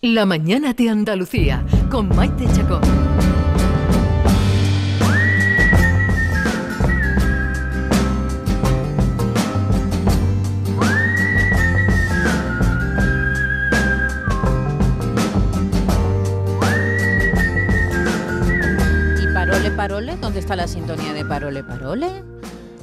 La mañana de Andalucía con Maite Chacón. ¿Y Parole Parole? ¿Dónde está la sintonía de Parole Parole?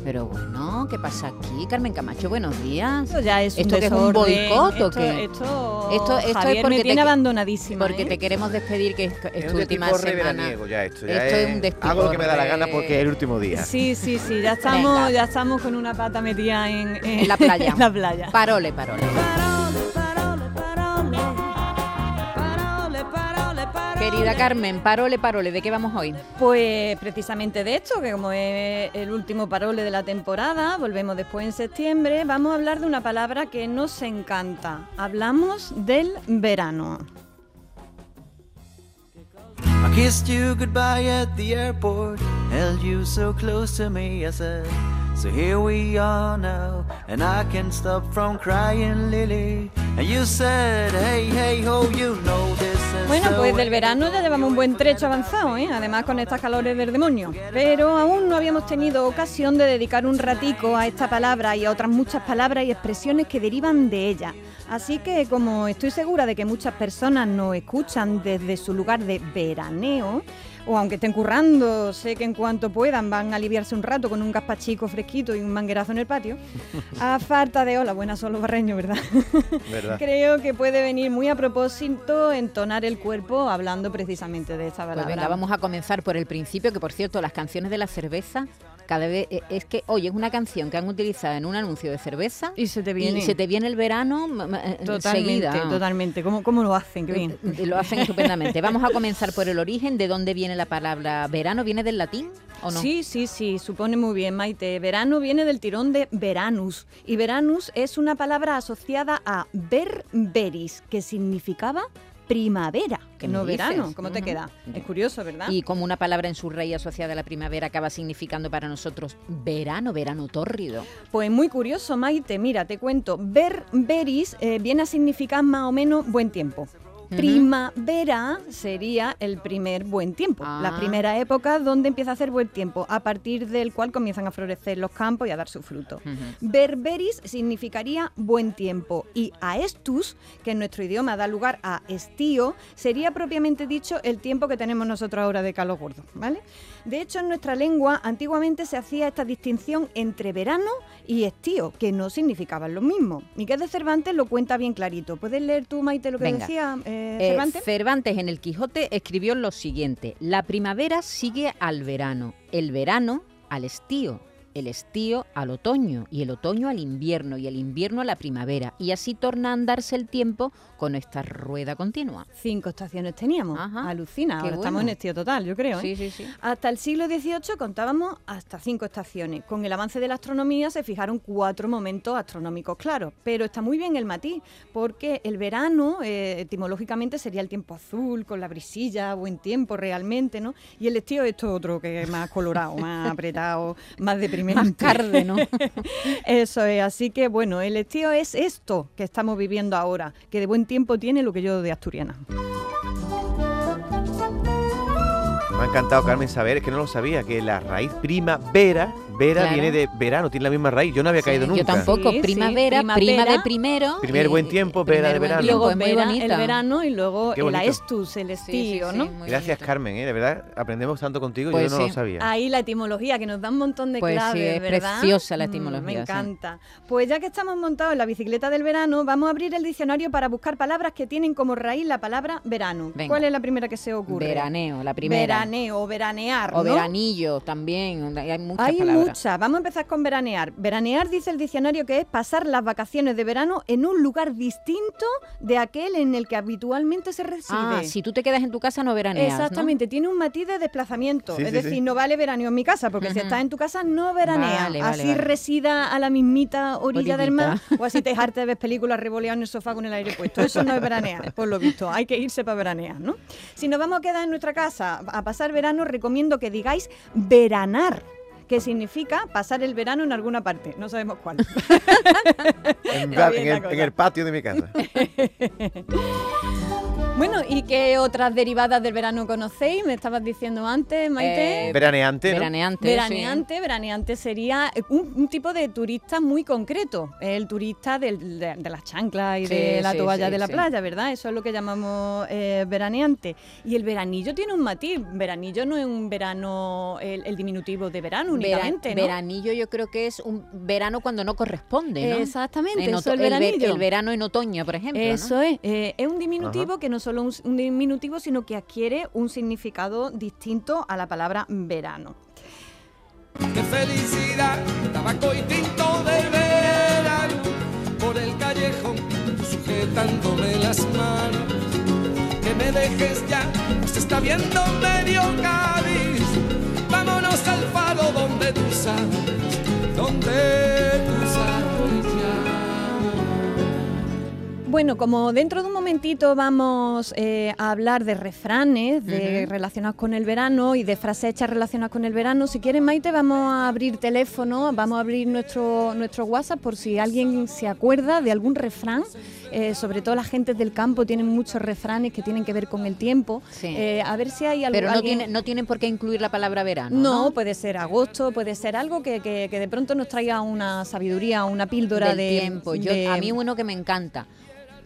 Pero bueno, ¿qué pasa aquí? Carmen Camacho, buenos días. Esto ya es ¿Esto un qué es, un desorden. boicot o Esto- qué? Esto, Esto- esto es Javier porque te me tiene que- abandonadísima. Porque ¿eh? te queremos despedir, que es, es Es tu un última despiporre semana. veraniego ya esto. Ya Esto es un Hago lo que me da la gana despiporre. porque es el último día. Sí, sí, sí, ya estamos, Venga. ya estamos con una pata metida en, en- En la playa. en la playa. Parole Parole. Querida Carmen, Parole Parole, ¿de qué vamos hoy? Pues precisamente de esto, que como es el último parole de la temporada, volvemos después en septiembre, vamos a hablar de una palabra que nos encanta. Hablamos del verano. I kissed you goodbye at the airport, held you so close to me, I said. So here we are now, and I can't stop from crying, Lily. And you said, hey, hey, ho, you know this is Bueno, the pues way del verano ya llevamos un buen trecho avanzado, ¿eh? además con estas calores del demonio. Pero aún no habíamos tenido ocasión de dedicar un ratico a esta palabra y a otras muchas palabras y expresiones que derivan de ella. Así que como estoy segura de que muchas personas nos escuchan desde su lugar de veraneo, o aunque estén currando, sé que en cuanto puedan van a aliviarse un rato con un gazpachico fresquito y un manguerazo en el patio. A falta de hola, buenas son los barreños, ¿verdad? ¿Verdad? Creo que puede venir muy a propósito entonar el cuerpo hablando precisamente de esa palabra. Pues venga, vamos a comenzar por el principio, que por cierto, las canciones de la cerveza, cada vez eh, es que, oye, es una canción que han utilizado en un anuncio de cerveza Y se te viene. y se te viene el verano ma- ma- eh, Totalmente, enseguida. totalmente. ¿Cómo, cómo lo hacen? Qué bien. Eh, eh, Lo hacen estupendamente. Vamos a comenzar por el origen, de dónde viene la palabra verano, ¿viene del latín o no? Sí, sí, sí, supone muy bien, Maite. Verano viene del tirón de veranus. Y veranus es una palabra asociada a ver veris, que significaba primavera, ¿Qué no me dices? verano. ¿Cómo te Ujú. queda? Es curioso, ¿verdad? Y como una palabra en su raíz asociada a la primavera acaba significando para nosotros verano, verano tórrido. Pues muy curioso, Maite. Mira, te cuento. Ver veris eh, viene a significar más o menos buen tiempo. Ujú. Primavera sería el primer buen tiempo, Ah. la primera época donde empieza a hacer buen tiempo, a partir del cual comienzan a florecer los campos y a dar su fruto. Ujú. Berberis significaría buen tiempo y aestus, que en nuestro idioma da lugar a estío, sería propiamente dicho el tiempo que tenemos nosotros ahora de calor gordo, ¿vale? De hecho, en nuestra lengua antiguamente se hacía esta distinción entre verano y estío, que no significaban lo mismo. Miguel de Cervantes lo cuenta bien clarito. ¿Puedes leer tú, Maite, lo que Venga. decía eh, Eh, Cervantes? Cervantes en el Quijote escribió lo siguiente, la primavera sigue al verano, el verano al estío, el estío al otoño y el otoño al invierno y el invierno a la primavera y así torna a andarse el tiempo con esta rueda continua. Cinco estaciones teníamos. Ajá. Alucina, Qué ahora estamos bueno. en estío total, yo creo. ¿eh? Sí, sí, sí. Hasta el siglo XVIII contábamos hasta cinco estaciones. Con el avance de la astronomía se fijaron cuatro momentos astronómicos claros. Pero está muy bien el matiz, porque el verano eh, etimológicamente sería el tiempo azul, con la brisilla, buen tiempo realmente, ¿no? Y el estío es todo otro que es más colorado, más apretado, más deprimente. Más tarde, ¿no? Eso es, así que bueno, el estío es esto que estamos viviendo ahora, que de buen tiempo tiene lo que yo de asturiana. Me ha encantado, Carmen, saber, es que no lo sabía, que la raíz primavera, vera Claro. viene de verano, tiene la misma raíz. Yo no había caído nunca. Yo tampoco. Sí, sí, primavera, prima primavera. de primero. Primer y- buen tiempo, primer vera de buen verano. tiempo, Luego es Pues muy vera- bonita. el verano y luego Qué el bonito. aestus, el Sí, sí, estío, sí, ¿no? muy Gracias, bonito. Carmen, ¿eh? de verdad, aprendemos tanto contigo y Pues yo no sí. lo sabía. Ahí la etimología, que nos da un montón de Pues sí, claves, es ¿verdad? preciosa la Mm, etimología, me sí. encanta. Pues ya que estamos montados en la bicicleta del verano, vamos a abrir el diccionario para buscar palabras que tienen como raíz la palabra verano. Venga. ¿Cuál es la primera que se ocurre? Veraneo, la primera. Veraneo, veranear, O ¿no? veranillo también. Hay muchas Hay palabras. muchas. Vamos a empezar con veranear. Veranear dice el diccionario que es pasar las vacaciones de verano en un lugar distinto de aquel en el que habitualmente se reside. Ah, si tú te quedas en tu casa no veraneas. ¿no? Exactamente, tiene un matiz de desplazamiento. Sí, es sí, decir, sí. no vale veraneo en mi casa, porque si Ujú. estás en tu casa no veranea. Vale, vale, así vale. resida a la mismita orilla del mar, Orillita. o así te dejarte de ver películas revoleado en el sofá con el aire puesto. Eso no es veranear, por lo visto. Hay que irse para veranear, ¿no? Si nos vamos a quedar en nuestra casa a pasar verano, recomiendo que digáis veranar. Que significa pasar el verano en alguna parte, no sabemos cuál. en, Está bien en la el, cosa. en el patio de mi casa. Bueno, ¿y qué otras derivadas del verano conocéis? Me estabas diciendo antes, Maite. Eh, Veraneante, ¿no? Veraneante. sí. Veraneante, veraneante sería eh, un, un tipo de turista muy concreto, el turista del- de, de las chanclas y Sí, de la sí, toalla sí, de la sí. playa, ¿verdad? Eso es lo que llamamos eh, veraneante. Y el veranillo tiene un matiz, veranillo no es un verano, el, el diminutivo de verano Vera- únicamente, ¿no? Veranillo yo creo que es un verano cuando no corresponde, ¿no? Exactamente, En eso oto- es el ver- veranillo. el verano en otoño, por ejemplo. ¿no? Eso es, eh, es un diminutivo que no solo un, un diminutivo, sino que adquiere un significado distinto a la palabra verano. ¡Qué felicidad! Tabaco y tinto de verano por el callejón, sujetándome las manos. Que me dejes ya, se está viendo medio Cádiz. Vámonos al faro donde tú sabes, donde tú sabes ya. Bueno, como dentro de un momentito vamos eh, a hablar de refranes de, relacionados con el verano y de frases hechas relacionadas con el verano, si quieres Maite vamos a abrir teléfono, vamos a abrir nuestro, nuestro WhatsApp por si alguien se acuerda de algún refrán, eh, sobre todo la gente del campo tienen muchos refranes que tienen que ver con el tiempo, Sí. Eh, a ver si hay algo, Pero no, alguien... tiene- no tienen por qué incluir la palabra verano. No, No, puede ser agosto, puede ser algo que, que- que de pronto nos traiga una sabiduría, una píldora del de tiempo. Yo, de- A mí uno que me encanta.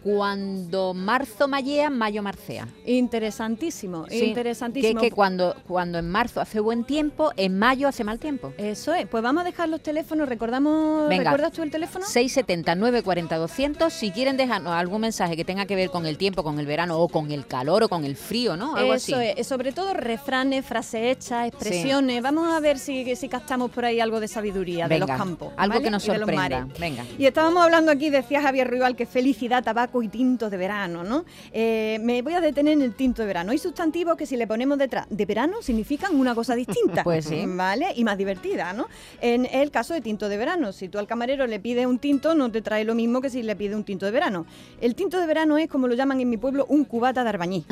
Cuando marzo mallea, mayo marcea. Interesantísimo, Sí, interesantísimo. Que, que cuando, cuando en marzo hace buen tiempo, en mayo hace mal tiempo. Eso es, pues vamos a dejar los teléfonos, recordamos, Venga. ¿recuerdas tú el teléfono? 670-940-200. Si quieren dejarnos algún mensaje que tenga que ver con el tiempo, con el verano, o con el calor, o con el frío, ¿no? Algo Eso así. es, eh, sobre todo refranes, frases hechas, expresiones. Vamos a ver si, si captamos por ahí algo de sabiduría de Venga, los campos. algo ¿vale? que nos Y de los sorprenda. mares. Venga. Y estábamos hablando aquí, decía Javier Rival, que felicidad, tabaco y tinto de verano, ¿no? Eh, me voy a detener en el tinto de verano. Hay sustantivos que si le ponemos detrás de verano significan una cosa distinta. Pues sí. ¿Vale? Y más divertida, ¿no? En el caso de tinto de verano, si tú al camarero le pides un tinto, no te trae lo mismo que si le pides un tinto de verano. El tinto de verano es, como lo llaman en mi pueblo, un cubata de arbañí.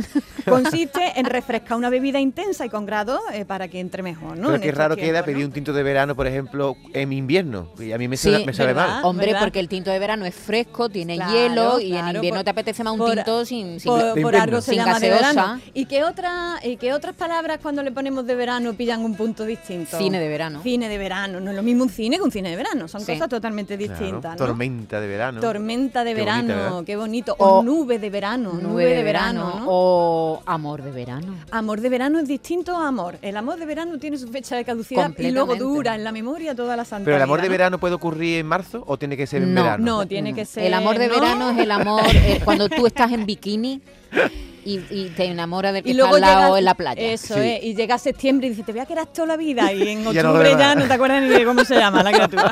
Consiste en refrescar una bebida intensa y con grado eh, para que entre mejor, ¿no? Pero En qué estos raro queda tiempos, ¿no? pedir un tinto de verano, por ejemplo, en invierno. Y a mí me, Sí, suena- me sabe ¿verdad? mal. Hombre, Ah, ¿verdad? porque el tinto de verano es fresco, tiene Claro, hielo y en claro, invierno por- te apetece más un por- tinto sin, sin- de por, por invierno. algo se Sin llama de gaseosa. verano. ¿Y qué, otra, ¿Y qué otras palabras cuando le ponemos de verano pillan un punto distinto? Cine de verano. Cine de verano. No es lo mismo un cine que un cine de verano. Son Sí. cosas totalmente Claro, distintas. ¿no? Tormenta de verano. Tormenta de Qué bonita, verano. ¿verdad? qué bonito. O, O- nube de verano. Nube, de verano. ¿no? o amor de verano. Amor de verano es distinto a amor. El amor de verano tiene su fecha de caducidad y luego Completamente. dura en la memoria toda la santa Pero el amor vida, de ¿no? verano puede ocurrir en marzo o tiene que ser en No, verano. No, tiene que ser. Mm. El amor de ¿no? verano es el amor eh, cuando tú estás en bikini y, y te enamoras del que Y luego está al lado llega- en la playa. Eso Sí. es, y llega septiembre y dice, te voy a quedar toda la vida. Y en Ya no octubre lo ya verás. no te acuerdas ni de cómo se llama la criatura.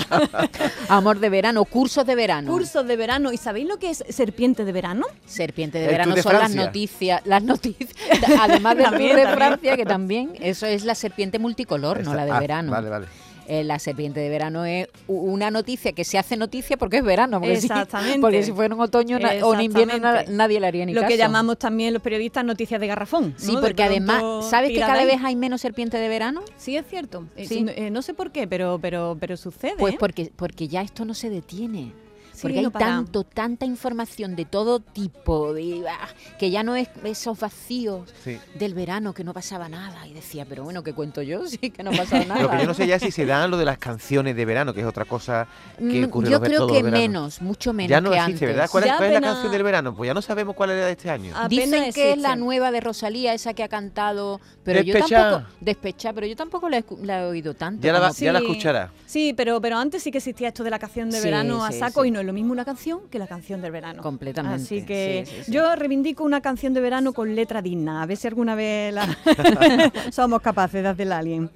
Amor de verano, cursos de verano. Cursos de verano. ¿Y sabéis lo que es serpiente de verano? Serpiente de El verano Tour de son Francia. las noticias, las noticias, además del Tour También, de también. Francia, que también, eso es la serpiente multicolor, no Esa- la de ah, verano. Vale, vale. Eh, la serpiente de verano es u- una noticia que se hace noticia porque es verano. Porque si- Exactamente. porque si fuera en otoño na- o en invierno na- Exactamente. nadie le haría ni Lo que caso. llamamos también los periodistas noticias de garrafón. Sí, ¿no? De porque además, pronto ¿sabes que tiran cada ahí. vez hay menos serpiente de verano? Sí, es cierto. Eh, Sí. sí, no- eh, no sé por qué, pero, pero, pero sucede. Pues ¿eh? porque, porque ya esto no se detiene. Sí, Porque no hay para. tanto, tanta información de todo tipo, de, ah, que ya no es esos vacíos Sí. del verano que no pasaba nada. Y decía, pero bueno, ¿qué cuento yo? Sí, que no pasaba nada. Lo que yo no sé ya es si se dan lo de las canciones de verano, que es otra cosa que Mm, ocurre yo los- creo todos los que veranos. menos, mucho menos Ya no que existe, antes. ¿verdad? ¿Cuál, es- Ya cuál es la apenas- canción del verano? Pues ya no sabemos cuál era de este año. Ah, Dicen Apenas que es la existen. nueva de Rosalía, esa que ha cantado, pero yo Despechá. tampoco despechá, pero yo tampoco la he, escu- la he oído tanto. Ya la va- como- ya la escucharás. Sí, pero, pero antes sí que existía esto de la canción de Sí, verano a sí, saco sí. y no es lo mismo una canción que la canción del verano. Completamente, Así que sí, sí, sí. yo reivindico una canción de verano con letra digna. A ver si alguna vez la somos capaces de hacerla a alguien.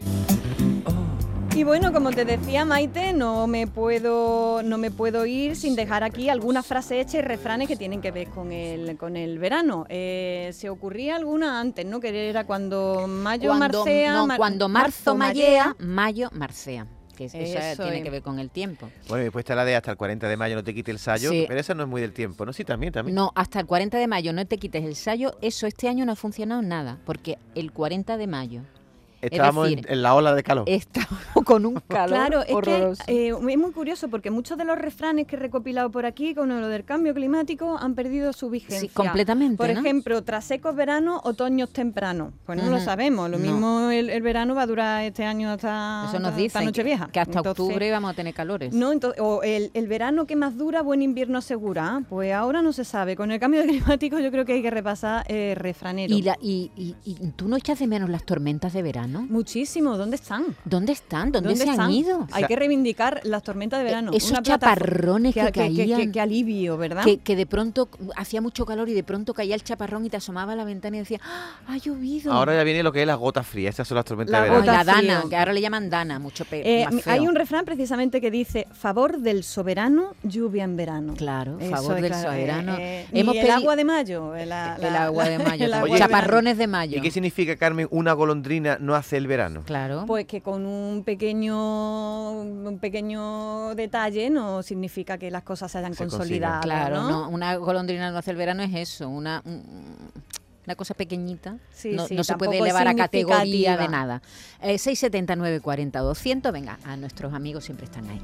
Y bueno, como te decía Maite, no me puedo no me puedo ir sin dejar aquí algunas frases hechas y refranes que tienen que ver con el con el verano. Eh, se ocurría alguna antes, ¿no? Que era cuando mayo cuando, marcea, no, mar- cuando marzo, mallea. mallea, mayo marcea. Que es- esa Eso tiene es. que ver con el tiempo. Bueno, y después está la de hasta el 40 de mayo, no te quite el sayo. Sí. Pero esa no es muy del tiempo, ¿no? Sí, también, también. No, hasta el 40 de mayo no te quites el sayo. Eso este año no ha funcionado nada, porque el 40 de mayo Estábamos en- decir, en, la ola de calor. Estamos con un calor Claro, es horroroso. que eh, es muy curioso porque muchos de los refranes que he recopilado por aquí con lo del cambio climático han perdido su vigencia. Sí, completamente, Por ¿no? ejemplo, tras secos veranos, otoños tempranos. Pues no lo Ujú, sabemos. Lo no. mismo el, el verano va a durar este año hasta, Eso nos hasta- dice hasta Nochevieja. que hasta Entonces, octubre vamos a tener calores. No, entonces, o el, el verano que más dura, buen invierno asegura. Ah, Pues ahora no se sabe. Con el cambio climático yo creo que hay que repasar eh, refranero. y, la- y- y- y tú no echas de menos las tormentas de verano. Muchísimo. ¿Dónde están? ¿Dónde están? ¿Dónde, se están? han ido? eh, Hay Sa- que reivindicar las tormentas de verano. esos plataforma. chaparrones que caían. que alivio, ¿verdad? Que, que de pronto hacía mucho calor y de pronto caía el chaparrón y te asomaba a la ventana y decía, ¡Ah, ha llovido. Ahora ya viene lo que es la gota fría. Esas son las tormentas La de Ay, verano. la gota dana, frío. que ahora le llaman dana, mucho pe- Eh, más feo. hay un refrán precisamente que dice favor del soberano, lluvia en verano. Claro, Eso favor es, del claro, soberano. eh, eh, Hemos y el pedi- agua de mayo. eh, la- el la- agua de la- mayo, el también. agua de verano. chaparrones de mayo. ¿Y qué significa, Carmen, una golondrina no hace el verano? Claro. Pues que con un pequeño, un pequeño detalle no significa que las cosas se hayan Se consigan. consolidado. Claro, ¿no? ¿no? una golondrina no hace el verano es eso, una, un- una cosa pequeñita, Sí, no, sí, no se puede tampoco elevar a categoría de significativa. nada. Eh, 679 40 200, venga, a nuestros amigos siempre están ahí.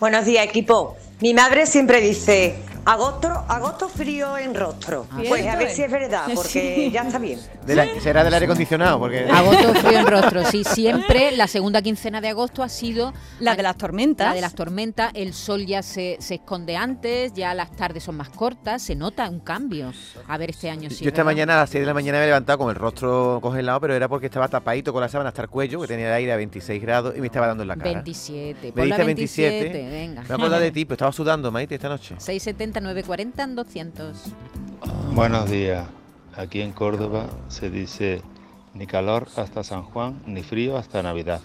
Buenos días, equipo. Mi madre siempre dice, agosto, agosto frío en rostro. Ah, pues a cierto, ver ¿eh? si es verdad, porque Sí. ya está bien. De la- será del aire acondicionado, porque Agosto frío en rostro, sí, siempre la segunda quincena de agosto ha sido La de las tormentas. la de las tormentas, el sol ya se, se esconde antes, ya las tardes son más cortas, se nota un cambio. A ver este año sí. yo esta ¿verdad? mañana a las 6 de la mañana me he levantado con el rostro congelado, pero era porque estaba tapadito con la sábana hasta el cuello, que tenía el aire a 26 grados y me estaba dando en la cara. 27, Me por la diste 27, 27. venga. Me acuerdo de ti, pero estaba sudando, Maite, esta noche. 679 40 200. Buenos días. Aquí en Córdoba se dice ni calor hasta San Juan, ni frío hasta Navidad.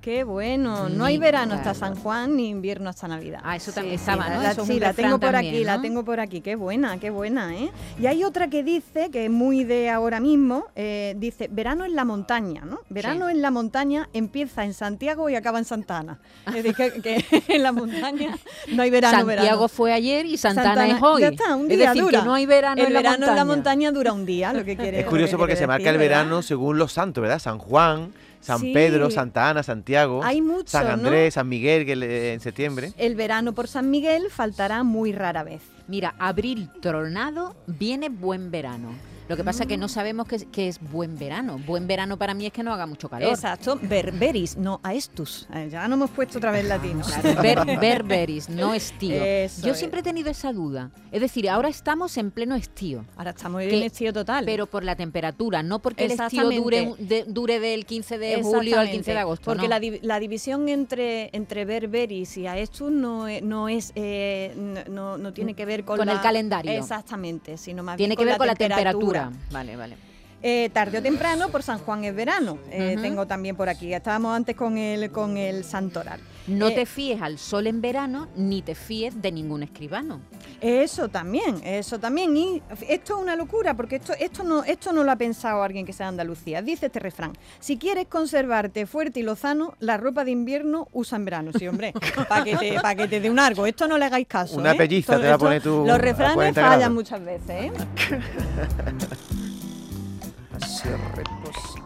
Qué bueno. No Ni hay verano hasta verano. San Juan ni invierno hasta Navidad. Mm, Ah, eso también estaba, ¿no? La, Eso es sí, un la refrán tengo por también, aquí, la ¿no? tengo por aquí. Qué buena, qué buena, ¿eh? Y hay otra que dice, que es muy de ahora mismo, eh, dice, verano en la montaña, ¿no? Verano en la montaña empieza en Santiago y acaba en Santana. Es decir, que, que en la montaña no hay verano, Santiago verano. fue ayer y Santana, Santana- es hoy. Ya está, un es día decir, dura. que no hay verano el en verano la montaña. en la montaña dura un día, lo que quiere Es lo curioso que porque quiere se marca decir, el ¿verdad? verano según los santos, ¿verdad? San Juan, San Sí. Pedro, Santa Ana, Santiago, Hay muchos, San ¿no? Andrés, San Miguel, que le- en septiembre. El verano por San Miguel faltará muy rara vez. Mira, abril tronado, viene buen verano. Lo que pasa es que no sabemos qué es, qué es buen verano. Buen verano para mí es que no haga mucho calor. Exacto, berberis, no aestus. Eh, Ya no hemos puesto otra vez latino. Claro, ber- berberis, no estío. Eso Yo es. siempre he tenido esa duda. Es decir, ahora estamos en pleno estío. Ahora estamos en Que- estío total. Pero por la temperatura, no porque el estío Exactamente. dure, un- de- dure del 15 de julio al 15 de Exactamente, agosto. Porque no. la, div- la división entre, entre berberis y aestus no es, no, es eh, no- no, no tiene que ver con, Con el la- calendario. Exactamente, sino más Tiene bien que ver con la temperatura. Vale, vale. Eh, tarde o temprano, por San Juan es verano. Eh, Ujú. Tengo también por aquí. Estábamos antes con el, con el santoral. No Eh, te fíes al sol en verano ni te fíes de ningún escribano. Eso también, eso también. Y esto es una locura, porque esto, esto, no, esto no lo ha pensado alguien que sea de Andalucía. Dice este refrán, si quieres conservarte fuerte y lozano, la ropa de invierno usa en verano. Sí, hombre, para que, te- pa' que te dé un arco. Esto no le hagáis caso. Una ¿eh? pelliza Esto- te va a esto- poner tú a Los refranes 40 fallan grados. muchas veces. ¿eh?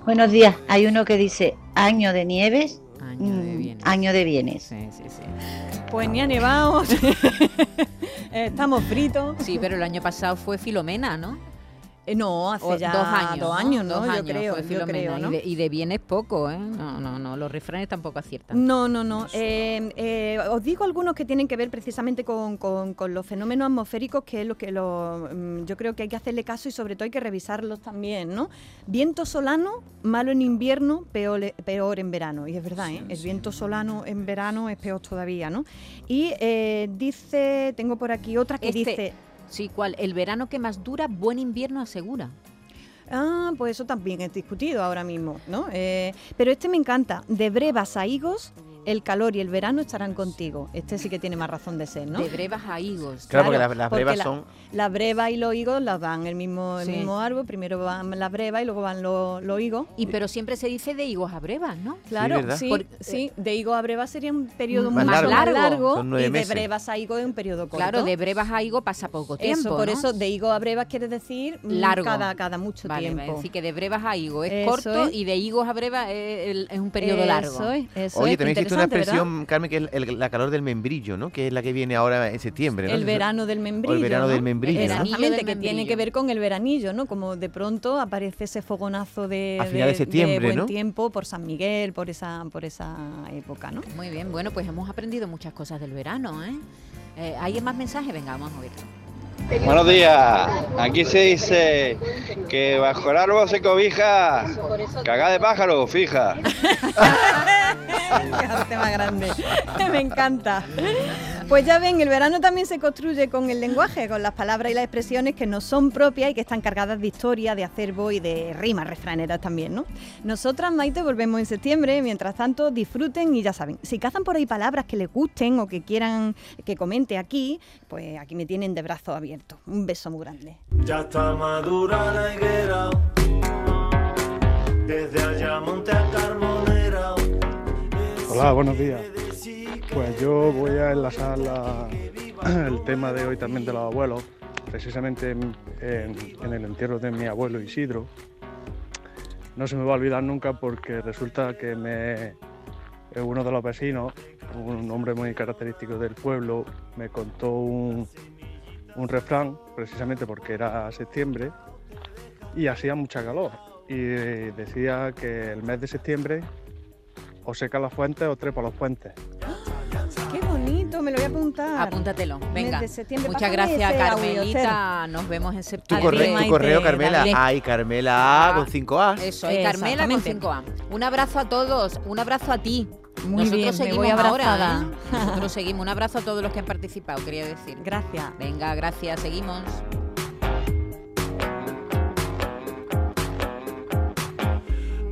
Buenos días. Hay uno que dice año de nieves, Año de mm, bienes. año de bienes. Sí, sí, sí. Pues ni ha nevado, estamos fritos. Sí, pero el año pasado fue Filomena, ¿no? Eh, no, hace O ya dos años. dos años, ¿no? Dos yo años creo, fue yo Filomena, creo, ¿no? Y, de, y de bienes poco, ¿eh? No, no, no. Los refranes tampoco aciertan. No, no, no. Eh, eh, os digo algunos que tienen que ver precisamente con, con- con los fenómenos atmosféricos, que es lo que lo, mm, yo creo que hay que hacerle caso y sobre todo hay que revisarlos también, ¿no? Viento solano, malo en invierno, peor, eh, peor en verano. Y es verdad, ¿eh? El viento solano en verano es peor todavía, ¿no? Y eh, dice, tengo por aquí otra que Este. dice... Sí, ¿cuál? El verano que más dura, buen invierno asegura. Ah, pues eso también es discutido ahora mismo, ¿no? Eh, pero este me encanta. De brevas a higos, el calor y el verano estarán contigo. Este sí que tiene más razón de ser, ¿no? De brevas a higos. Claro, porque las, las porque brevas la- son... Las brevas y los higos las dan el mismo, el Sí. mismo árbol. Primero van las brevas y luego van los, los higos. Y pero siempre se dice de higos a brevas, ¿no? Claro, ¿verdad? sí, Por- sí, De higos a brevas sería un periodo Más mucho más largo. largo, Son nueve y de meses. brevas a higos es un periodo corto. Claro, de brevas a higos pasa poco tiempo. eso, por ¿no? eso de higos a brevas quiere decir mm, Largo. cada, cada mucho vale, tiempo. Así que de brevas a higos es Eso corto es. y de higos a brevas es, el- es un periodo largo. Eso es, eso Oye, es, también qué existe una interesante, ¿verdad? expresión, Carmen, que es el- el- la calor del membrillo, ¿no? Que es la que viene ahora en septiembre, ¿no? El verano del membrillo. verano ¿no? del membrillo, ¿no? Veranillo Exactamente, del que tiene membrillo. que ver con el veranillo, ¿no? Como de pronto aparece ese fogonazo de, A final de septiembre, buen ¿no? tiempo por San Miguel, por esa, por esa época, ¿no? Muy bien, bueno, pues hemos aprendido muchas cosas del verano, ¿eh? Eh, hay más mensajes? Venga, vamos a oírlo. Buenos días, aquí se dice que bajo el árbol se cobija, cagá de pájaro, fija. Qué más grande. Me encanta. Pues ya ven, el verano también se construye con el lenguaje, con las palabras y las expresiones que no son propias y que están cargadas de historia, de acervo y de rimas refraneras también, ¿no? Nosotras, Maite, volvemos en septiembre. Mientras tanto, disfruten y ya saben, si cazan por ahí palabras que les gusten o que quieran que comente aquí, pues aquí me tienen de brazos abiertos. Un beso muy grande. Ya está madura la higuera, desde allá monte a Carbonera. Hola, buenos días. Pues yo voy a enlazar la- el tema de hoy también de los abuelos, precisamente en, en- en el entierro de mi abuelo Isidro. No se me va a olvidar nunca porque resulta que me, eh, uno de los vecinos, un hombre muy característico del pueblo, me contó un, un refrán, precisamente porque era septiembre, y hacía mucha calor. Y eh, decía que el mes de septiembre o seca las fuentes o trepa los puentes. ¡Qué bonito! Me lo voy a apuntar. Apúntatelo, venga. Ah, Mes de septiembre. Muchas Pásame gracias, ese audio, Carmelita. Nos vemos en Tu, septiembre. corre- tu Maite, correo, Carmela. David. Ay, Carmela, Ah, con 5 A. Eso, y Carmela con Exactamente. 5A. Un abrazo a todos, un abrazo a ti. Muy Nosotros bien, me seguimos voy ahora. abrazada. ¿eh? Nosotros seguimos. Un abrazo a todos los que han participado, quería decir. Gracias. Venga, gracias, seguimos.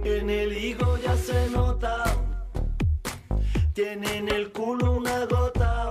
En el higo ya se nota, tiene en el culo una gota.